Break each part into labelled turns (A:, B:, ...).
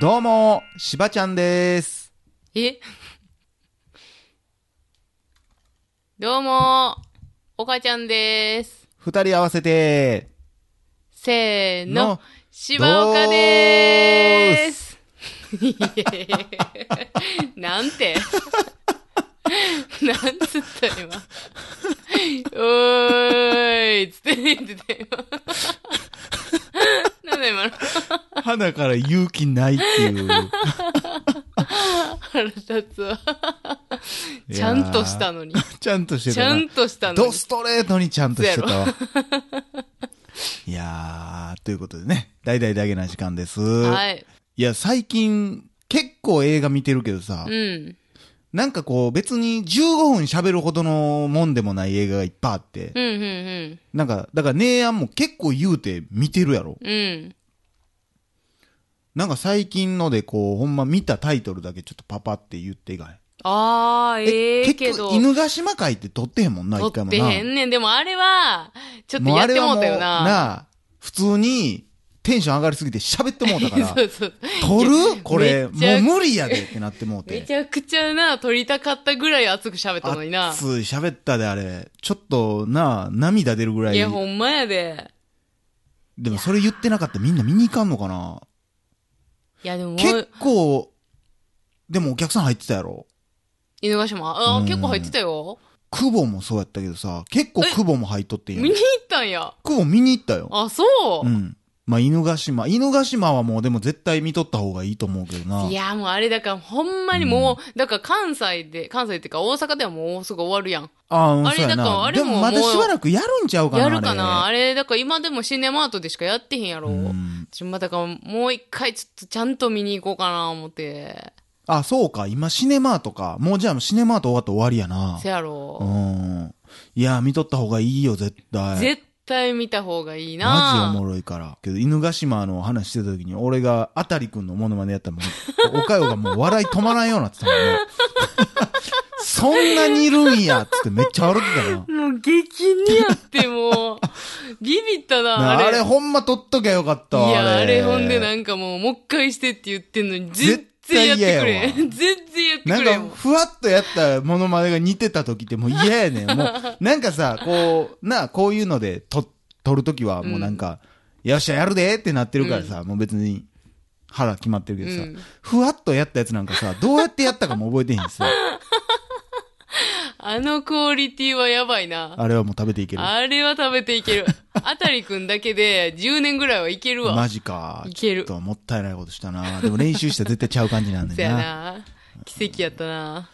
A: どうも、しばちゃんです。
B: えどうも、おかちゃんです。
A: 二人合わせて、
B: せー
A: の
B: の、しばおかでーす。 なんてなんつった今。おーいつって言ってた今。なんだ今の
A: 花から勇気ないっていう。
B: 腹立つわ。
A: いやー
B: ちゃんとしたのに。
A: ちゃんとして
B: ち
A: た
B: ゃ
A: な。
B: んとしたの
A: ド
B: に。
A: ストレートにちゃんとしてたわ。 いやー、ということでね、大々だけな時間です。、
B: はいい。
A: や、最近、結構映画見てるけどさ、
B: うん。
A: なんかこう別に15分喋るほどのもんでもない映画がいっぱいあって、
B: うん、うん、
A: なんか、だから姉やんも結構言うて見てるやろ。
B: うん。うん。
A: なんか最近のでこう、ほんま見たタイトルだけちょっとパパって言っていかへん。
B: あー、ええけ
A: 結
B: ど。
A: 局、犬ヶ島会って撮ってへんもんな、
B: 撮
A: 一回
B: っ
A: も
B: て
A: な。
B: へんねん。でもあれは、ちょっと
A: もう
B: や
A: あ
B: っ
A: れ
B: て
A: は
B: も
A: も
B: う
A: う
B: たよな。
A: なあ、普通にテンション上がりすぎて喋ってもうたか ら、
B: そうそう。
A: 撮るこれ、
B: めっちゃ
A: もう無理やでってなってもう
B: め
A: て。
B: ちゃくちゃな、撮りたかったぐらい熱く喋ったのにな。
A: 熱い喋ったであれ、ちょっとなあ、涙出るぐら
B: い
A: い。
B: や、ほんまやで。
A: でもそれ言ってなかったらみんな見に行かんのかない
B: や、でも、
A: 結構、でもお客さん入ってたやろ
B: 犬ヶ島。ああ、
A: うん
B: 結構入ってたよ。
A: クボもそうやったけどさ、結構クボも入っとってんや
B: 見に
A: ん
B: 行。ったんや。
A: クボ見に行ったよ。
B: あ、そうう。
A: ん。まあ、犬ヶ島。犬ヶ島はもうでも絶対見とった方がいいと思うけどな。
B: いや、もうあれだから、ほんまにもう、だから関西で、関西っていうか大阪ではもうすぐ終わるやん。
A: ああ、
B: あれ
A: そうや
B: だから
A: な。
B: あ
A: で
B: れも
A: もまだしばらくやるんちゃうかな。
B: やるかな
A: あ
B: あ
A: れ
B: れ、だから今でもシネマートでしかやってへんやろ。
A: うん
B: ちょまあだからもう一回ちょっとちゃんと見に行こうかな思って。
A: あ、そうか。今シネマートか。もうじゃあシネマート終わって終わりやな
B: せ。や
A: う
B: ろ。
A: ん。いや、見とった方がいいよ、絶対。
B: 絶対見た方がいいな。
A: マジおもろいから。けど、犬ヶ島の話してた時に、俺が、あたりくんのモノマネやったらもう、 おかよがもう笑い止まらんようになってたもんね。 そんなにいるんやっつってめっちゃ歩くからな。
B: もう激にやっ てもう、ビビったな、
A: な
B: あ
A: あ
B: れ。
A: れほんま撮っときゃよかったわ。
B: いや、あれほんで
A: な
B: なん
A: か。
B: んかもう、もう一回してって言ってんのに、
A: 絶
B: 全
A: 対
B: 然やってくれ
A: 嫌や
B: ん。全然やって
A: な
B: く
A: ん
B: れ
A: か
B: んもん。
A: ふわっとやったモノマネが似てた時ってもう嫌やね ん。もう、なんかさ、こう、なあ、こういうので撮、撮る時はもうなんか、よっしゃ、やるでってなってるからさ、もう別に腹決まってるけどさ、
B: うん
A: ふわっとやったやつなんかさ、どうやってやったかも覚えてへんし さ、
B: あのクオリティはやばいな。
A: あれはもう食べていける。
B: あれは食べてい ける。あたりくんだけで10年ぐらいはいけるわ
A: マ。ジか。
B: いける
A: ちょっともったいないことしたな。でも練習したら絶対ちゃう感じなん
B: そ
A: だ
B: や
A: よな。
B: な。奇跡やったな。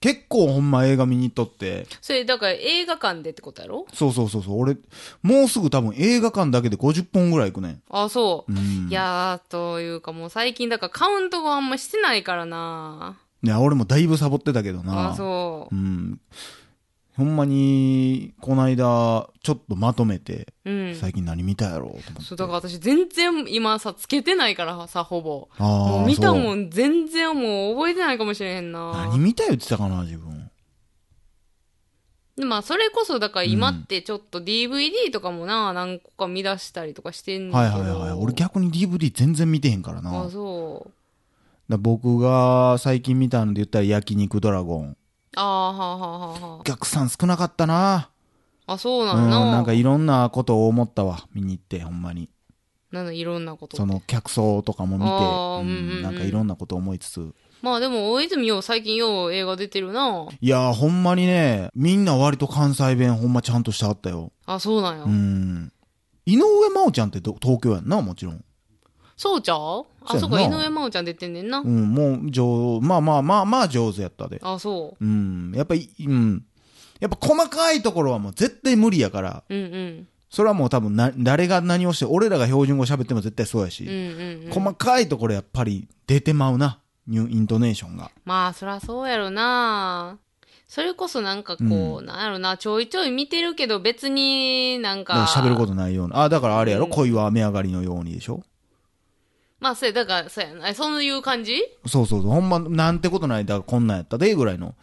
A: 結構ほんま映画見に行っとって、
B: それ、だから映画館でってことやろ
A: そうそうそうそう、俺、もうすぐ多分映画館だけで50本ぐらい行くねん。
B: あ、そう。
A: うん
B: いやー、というかもう最近、だからカウントがあんましてないからな。
A: いや、俺もだいぶサボってたけど
B: あ
A: な。。
B: そう
A: ん。ほんまに、こないだ、ちょっとまとめて、
B: う。うん。
A: 最近何見たやろうと思って。
B: そう、だから私全然今さ、つけてないからさ、ほぼ。
A: あー
B: もう見たも
A: そうん
B: 全然もう覚えてないかもしれへんな
A: 何。見た言ってたかな、自分。
B: でまあ、それこそ、だから今
A: うん
B: ってちょっと DVD とかもな、何個か見出したりとかしてんねんけど。
A: はいはいはい。俺逆に DVD 全然見てへんからな。
B: あ、
A: だ
B: そう。
A: 僕が最近見たので言ったら焼肉ドラゴン。
B: ああ、はあはあはあは
A: お客さん少なかったな。
B: あ。あ、そう
A: う、
B: なんのな。
A: なんかいろんなことを思ったわ。見に行って、ほんまに。
B: なんだいろんなこと。
A: その客層とかも見て、
B: あーうんうんうん
A: なんかいろんなこと思いつつ。
B: まあでも、大泉洋最近よう映画出てるない
A: やー、ほんまにね、みんな割と関西弁ほんまちゃんとしてはったよ。
B: あ、そうなんや。
A: うん。井上真央ちゃんってど東京やんな、もちろん。
B: そうちゃう
A: そうやんな
B: あ、そうか、井上真央ちゃん出てんねんな。
A: うん、もう上、まあまあまあまあ上手やったで。
B: あ、そ
A: うん。やっぱり、うん。やっぱ細かいところはもう絶対無理やから、
B: う。うんうん。
A: それはもう多分な、誰が何をして、俺らが標準語喋っても絶対そうや
B: うん
A: し、
B: うん、うん。
A: 細かいところやっぱり出てまうな、ニューイントネーションが。
B: まあ、そらそうやろな。それこそなんかこう、なんやろな、ちょいちょい見てるけど、別になんか。
A: だから喋ることないような。あ、だからあれやろ、
B: うん
A: 恋は雨上がりのようにでしょ
B: まあ、そうや、だから、そうやな。えそういう感じ
A: そうそうそう、ほんま、なんてことない、だからこんなんやったで、ぐらいの。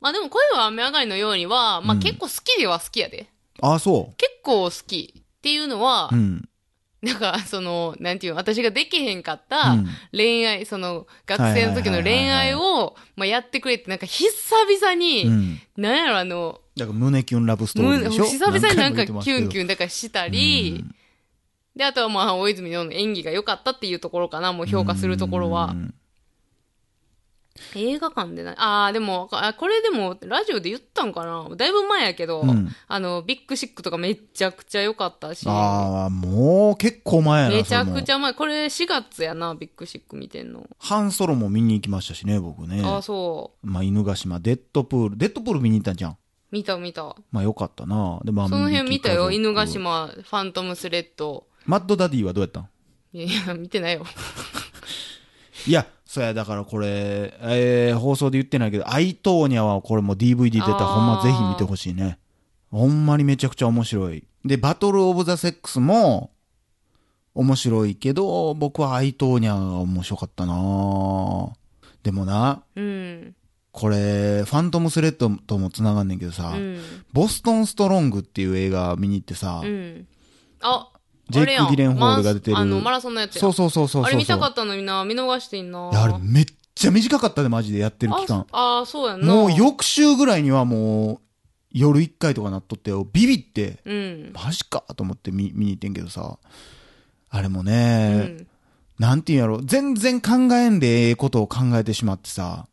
B: まあでも、恋は雨上がりのようには、まあ結構好きでは好きやで。
A: あ、そ
B: 結構好き。っていうのは、
A: う。うん。
B: なんか、その、なんていうの、私ができへんかった
A: うん
B: 恋愛、その、学生の時の恋愛
A: は
B: を、まあ、やってくれって、なんか、久々に、
A: うん。
B: なんやろ、あの、
A: だから胸キュンラブストーリー
B: む
A: でしょ
B: 久々になんか、キュン
A: ュ
B: キ
A: ン
B: ュン、だからしたり、で、あとはまあ、大泉洋の演技が良かったっていうところかな、もう評価するところは。映画館でない。ああ、でも、あこれでも、ラジオで言ったんかなだいぶ前やけど、
A: うん
B: あの、ビッグシックとかめちゃくちゃ良かったし、
A: ああ、もう結構前やな。
B: めちゃくち
A: ゃ。
B: ゃ前、これ4月やな、ビッグシック見てんの。
A: ハンソロも見に行きましたしね、僕ね。
B: ああ、そう。
A: まあ、犬ヶ島、デッドプール。デッドプール見に行ったんじゃん。
B: 見た見た。
A: まあ、よかったな。で、まあ、
B: その辺見たよ。
A: ミッキー
B: 犬
A: 家
B: ヶ
A: 族。
B: 島、ファントムスレッド。
A: マッドダディはどうやったん
B: いやいや、見てないよ。
A: いや、そうや、だからこれ、えー、放送で言ってないけど、アイトーニャはこれも DVD 出た、
B: あー
A: ほんまぜひ見てほしいね。ほんまにめちゃくちゃ面白い。で、バトルオブザセックスも、面白いけど、僕はアイトーニャが面白かったなでもな、
B: うん。
A: これ、ファントムスレッドとも繋がんねんけどさ、
B: うん。
A: ボストンストロングっていう映画見に行ってさ、
B: うん。あ、
A: ジェイク
B: あれやん
A: ギレンホールが出てる
B: マンスあの、マラソンのやつや。
A: そうそうそうそうそうそう。
B: あれ見たかったのにな、見逃してんな。
A: いやあれめっちゃ短かったで、マジでやってる期間
B: あ。あー、そうやんな。
A: もう翌週ぐらいにはもう、夜一回とかなっとってよ、ビビって、
B: うん。
A: マジかと思って見見に行ってんけどさ、あれも
B: う
A: ね、
B: ん。
A: なんていうんやろ、全然考えんでええことを考えてしまってさ、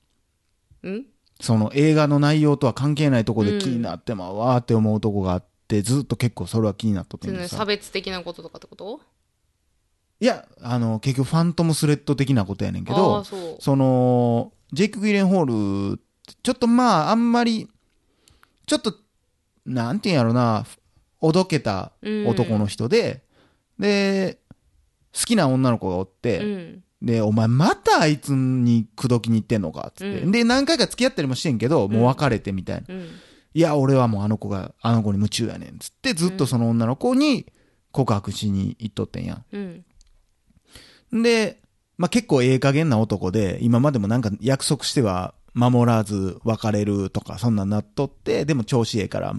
B: うん
A: その映画の内容とは関係ないとこで気になってまうわーって思うとこがあって、ずっと結構それは気になっとって
B: そ
A: んけど
B: の差
A: さ。
B: 別的なこととかってこと
A: いや、あの、結局ファントムスレッド的なことやねんけ
B: あ
A: ど
B: あ、、そう。
A: その、ジェイク・ギレンホール、ちょっとまあ、あんまり、ちょっと、なんていうんやろな、おどけた
B: うん
A: 男の人で、で、好きな女の子がおっ
B: う
A: て、
B: ん。
A: で、お前またあいつに口説きに行ってんのか、つって、
B: うん
A: で、何回か付き合ったりもしてんけど、もう別れてみたいな。
B: うん。
A: いや、俺はもうあの子が、あの子に夢中やねん、つって、ずっとその女の子に告白しに行っとってんやん。
B: うん。
A: で、まあ、結構ええ加減な男で、今までもなんか約束しては守らず別れるとか、そんなんなっとって、でも調子ええから、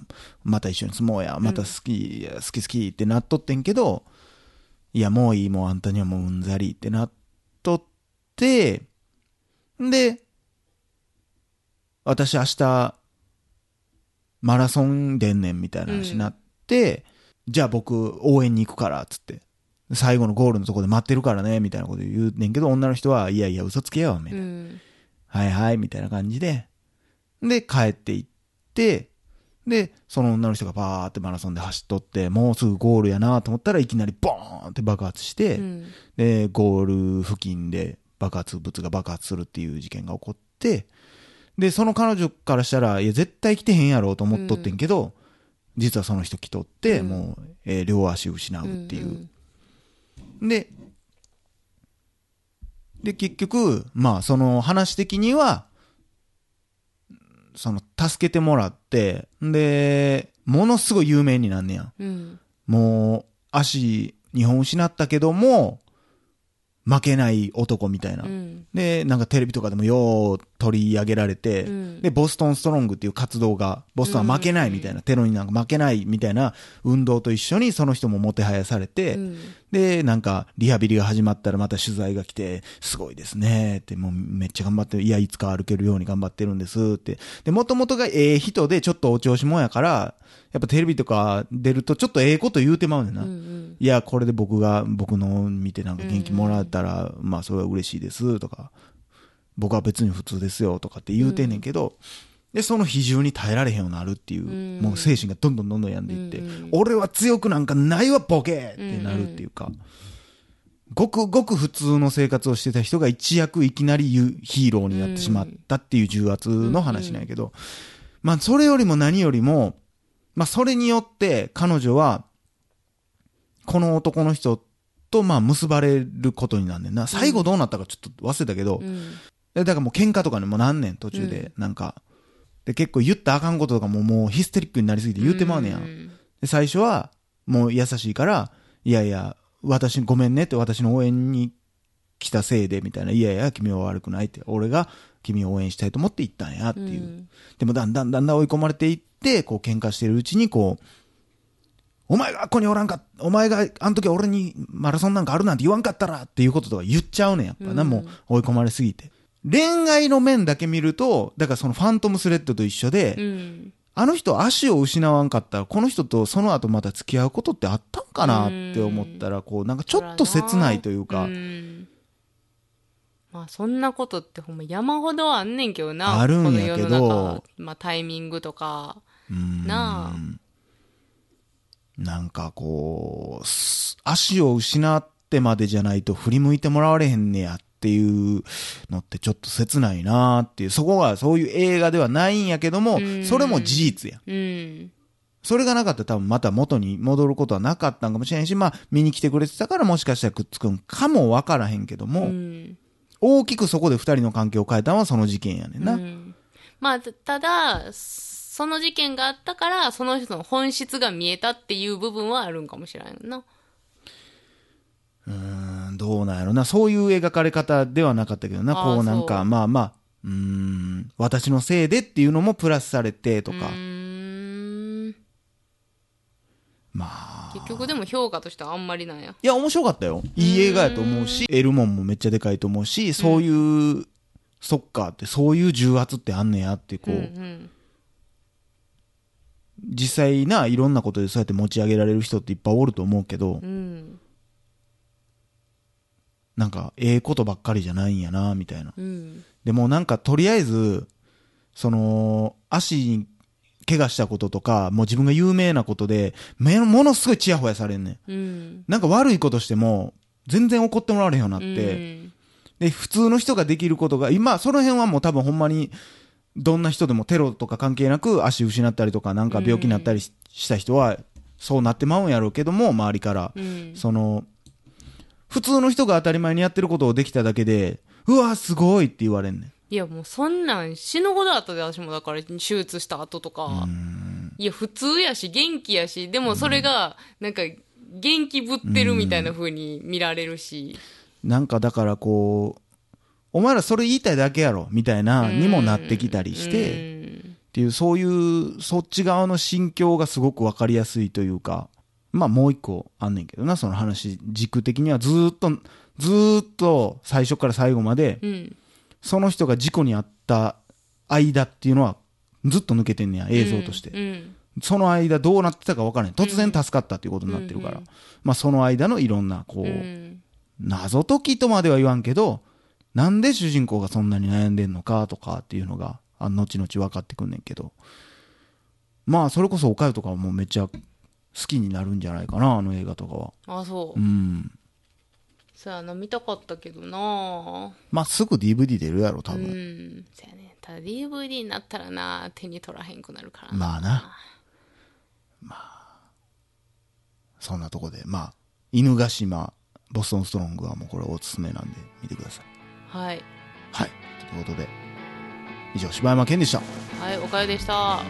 A: また一緒に住もうや、また好き、好き好きってなっとってんけど、いや、もういい、もうあんたにはもううんざりってなっとって、で、私明日、マラソン出んねんみたいな話になって、じゃあ僕応援に行くから、つって。最後のゴールのとこで待ってるからね、みたいなこと言うねんけど、女の人は、いやいや、嘘つけよ、みた
B: う
A: いな。
B: ん。
A: はいはい、みたいな感じで。で、帰って行って、で、その女の人がバーってマラソンで走っとって、もうすぐゴールやなと思ったらいきなりボーンって爆発して、
B: うん。
A: で、ゴール付近で爆発物が爆発するっていう事件が起こって、で、その彼女からしたら、いや、絶対来てへんやろうと思っとってんけど、実はその人来とって、
B: うん
A: もう、えー両足失うっていう。
B: ん
A: で、で、結局、まあ、その話的には、その、助けてもらって、で、ものすごい有名になんねやん。
B: うん。
A: もう、足、2本失ったけども、負けない男みたいな。
B: うん。
A: で、なんかテレビとかでもよう取り上げられて、
B: うん
A: で、ボストンストロングっていう活動が、ボストンは負けないみたいな、テロになんか負けないみたいな運動と一緒にその人ももてはやされて、
B: うん
A: で、なんか、リハビリが始まったらまた取材が来て、すごいですね、って、もうめっちゃ頑張ってる、いや、いつか歩けるように頑張ってるんです、って。で、もともとがええ人で、ちょっとお調子もんやから、やっぱテレビとか出ると、ちょっとええこと言うてまうねんな。
B: うん。
A: いや、これで僕が、僕の見てなんか元気もらえたら、まあ、それは嬉しいです、とか、僕は別に普通ですよ、とかって言うてんねんけど、で、その比重に耐えられへんようになるっていう、
B: うん
A: もう精神がどんどんどんどん病んでいって、
B: うん
A: 俺は強くなんかないわ、ボケってなるっていうか、ごくごく普通の生活をしてた人が一躍いきなりゆヒーローになってしまったっていう重圧の話なんやけど、まあ、それよりも何よりも、まあ、それによって彼女は、この男の人と、まあ、結ばれることになんねんな。最後どうなったかちょっと忘れたけど、
B: うん。
A: でだからもう喧嘩とかにもなんねん、途中で。なんか。で、結構言ったらあかんこととかももうヒステリックになりすぎて言うてまうねやん。で、最初は、もう優しいから、いやいや、私ごめんねって私の応援に来たせいで、みたいな。いやいや、君は悪くないって。俺が君を応援したいと思って行ったんやっていう。
B: うん
A: でもだんだんだんだん追い込まれていって、こう喧嘩してるうちにこう、お前があっこにおらんか、お前があの時俺にマラソンなんかあるなんて言わんかったらっていうこととか言っちゃうねん、やっぱな、
B: うん
A: もう追い込まれすぎて。恋愛の面だけ見ると、だからそのファントムスレッドと一緒で、
B: うん。
A: あの人足を失わんかったら、この人とその後また付き合うことってあったんかなって思ったら、こう、なんかちょっと切ないというか、
B: んまあそんなことってほんま山ほどあんねんけどな。
A: あるんやけど
B: この世の中まあタイミングとか。
A: うん
B: なあ
A: なんかこう、す足を失ってまでじゃないと振り向いてもらわれへんねやっていうのってちょっと切ないなっていう、そこがそういう映画ではないんやけども
B: う、ん
A: それも事実やん。
B: うん。
A: それがなかったら多分また元に戻ることはなかったんかもしれんし、まあ見に来てくれてたからもしかしたらくっつくんかもわからへんけども、
B: うん。
A: 大きくそこで二人の関係を変えたのはその事件やねんな。
B: うんまあ、たただ、その事件があったから、その人の本質が見えたっていう部分はあるんかもしれないな。
A: うーんどうなんやろな。そういう描かれ方ではなかったけどな。
B: あー
A: こうなん
B: そ
A: か、
B: う
A: まあまあ、うーん、私のせいでっていうのもプラスされてと
B: う
A: か。
B: ーん。
A: まあ。
B: 結局でも評価としてはあんまりなんや。
A: いや、面白かったよ。いい映画やと思うし、エルモンもめっちゃでかいと思うし、そういう、そっかって、そういう重圧ってあんねやって、こ
B: う
A: う、
B: んうん。
A: 実際ないろんなことでそうやって持ち上げられる人っていっぱいおると思うけど
B: う、ん。
A: なんか、ええことばっかりじゃないんやな、みたいな。
B: うん。
A: でもなんかとりあえず、その、足に怪我したこととか、もう自分が有名なことで、めものすごいチヤホヤされんねん。
B: うん。
A: なんか悪いことしても、全然怒ってもらわれへんようになっ
B: う
A: て、
B: ん
A: で、普通の人ができることが、今、その辺はもう多分ほんまに、どんな人でもテロとか関係なく足失ったりとか、なんか病気になったりし,、した人は、そうなってまうんやろうけども、周りから。
B: うん。
A: その、普通の人が当たり前にやってることをできただけで、うわ、すごいって言われんねん。
B: いやもうそんなん死ぬほど後で私もだから手術した後とか、いや普通やし元気やし、でもそれがなんか元気ぶってるみたいな風に見られるし、
A: なんかだからこう、お前らそれ言いたいだけやろ、みたいな、にもなってきたりして、
B: うん
A: っていう、そういう、そっち側の心境がすごくわかりやすいというか、まあもう一個あんねんけどな、その話、軸的にはずーっと、ずーっと最初から最後まで、
B: うん
A: その人が事故に遭った間っていうのは、ずっと抜けてんねや、映像として。
B: うん
A: その間どうなってたかわからない。突然助かったっていうことになってるから。
B: うん
A: まあその間のいろんな、こう、
B: うん
A: 謎解きとまでは言わんけど、なんで主人公がそんなに悩んでんのかとかっていうのが、あ後々分かってくんねんけど。まあ、それこそおかゆとかはもうめっちゃ好きになるんじゃないかな、あの映画とかは。
B: あそう、
A: うん。
B: そうやな見たかったけどな
A: まあ、すぐ DVD 出るやろ、多
B: う
A: 分。
B: んそうやねただ DVD になったらな手に取らへんくなるからな
A: まあな。まあ、そんなとこで、まあ、犬ヶ島、ボストンストロングはもうこれおすすめなんで見てください。
B: はい
A: はい。ということで、以上、柴山健でした。
B: はいおかゆでした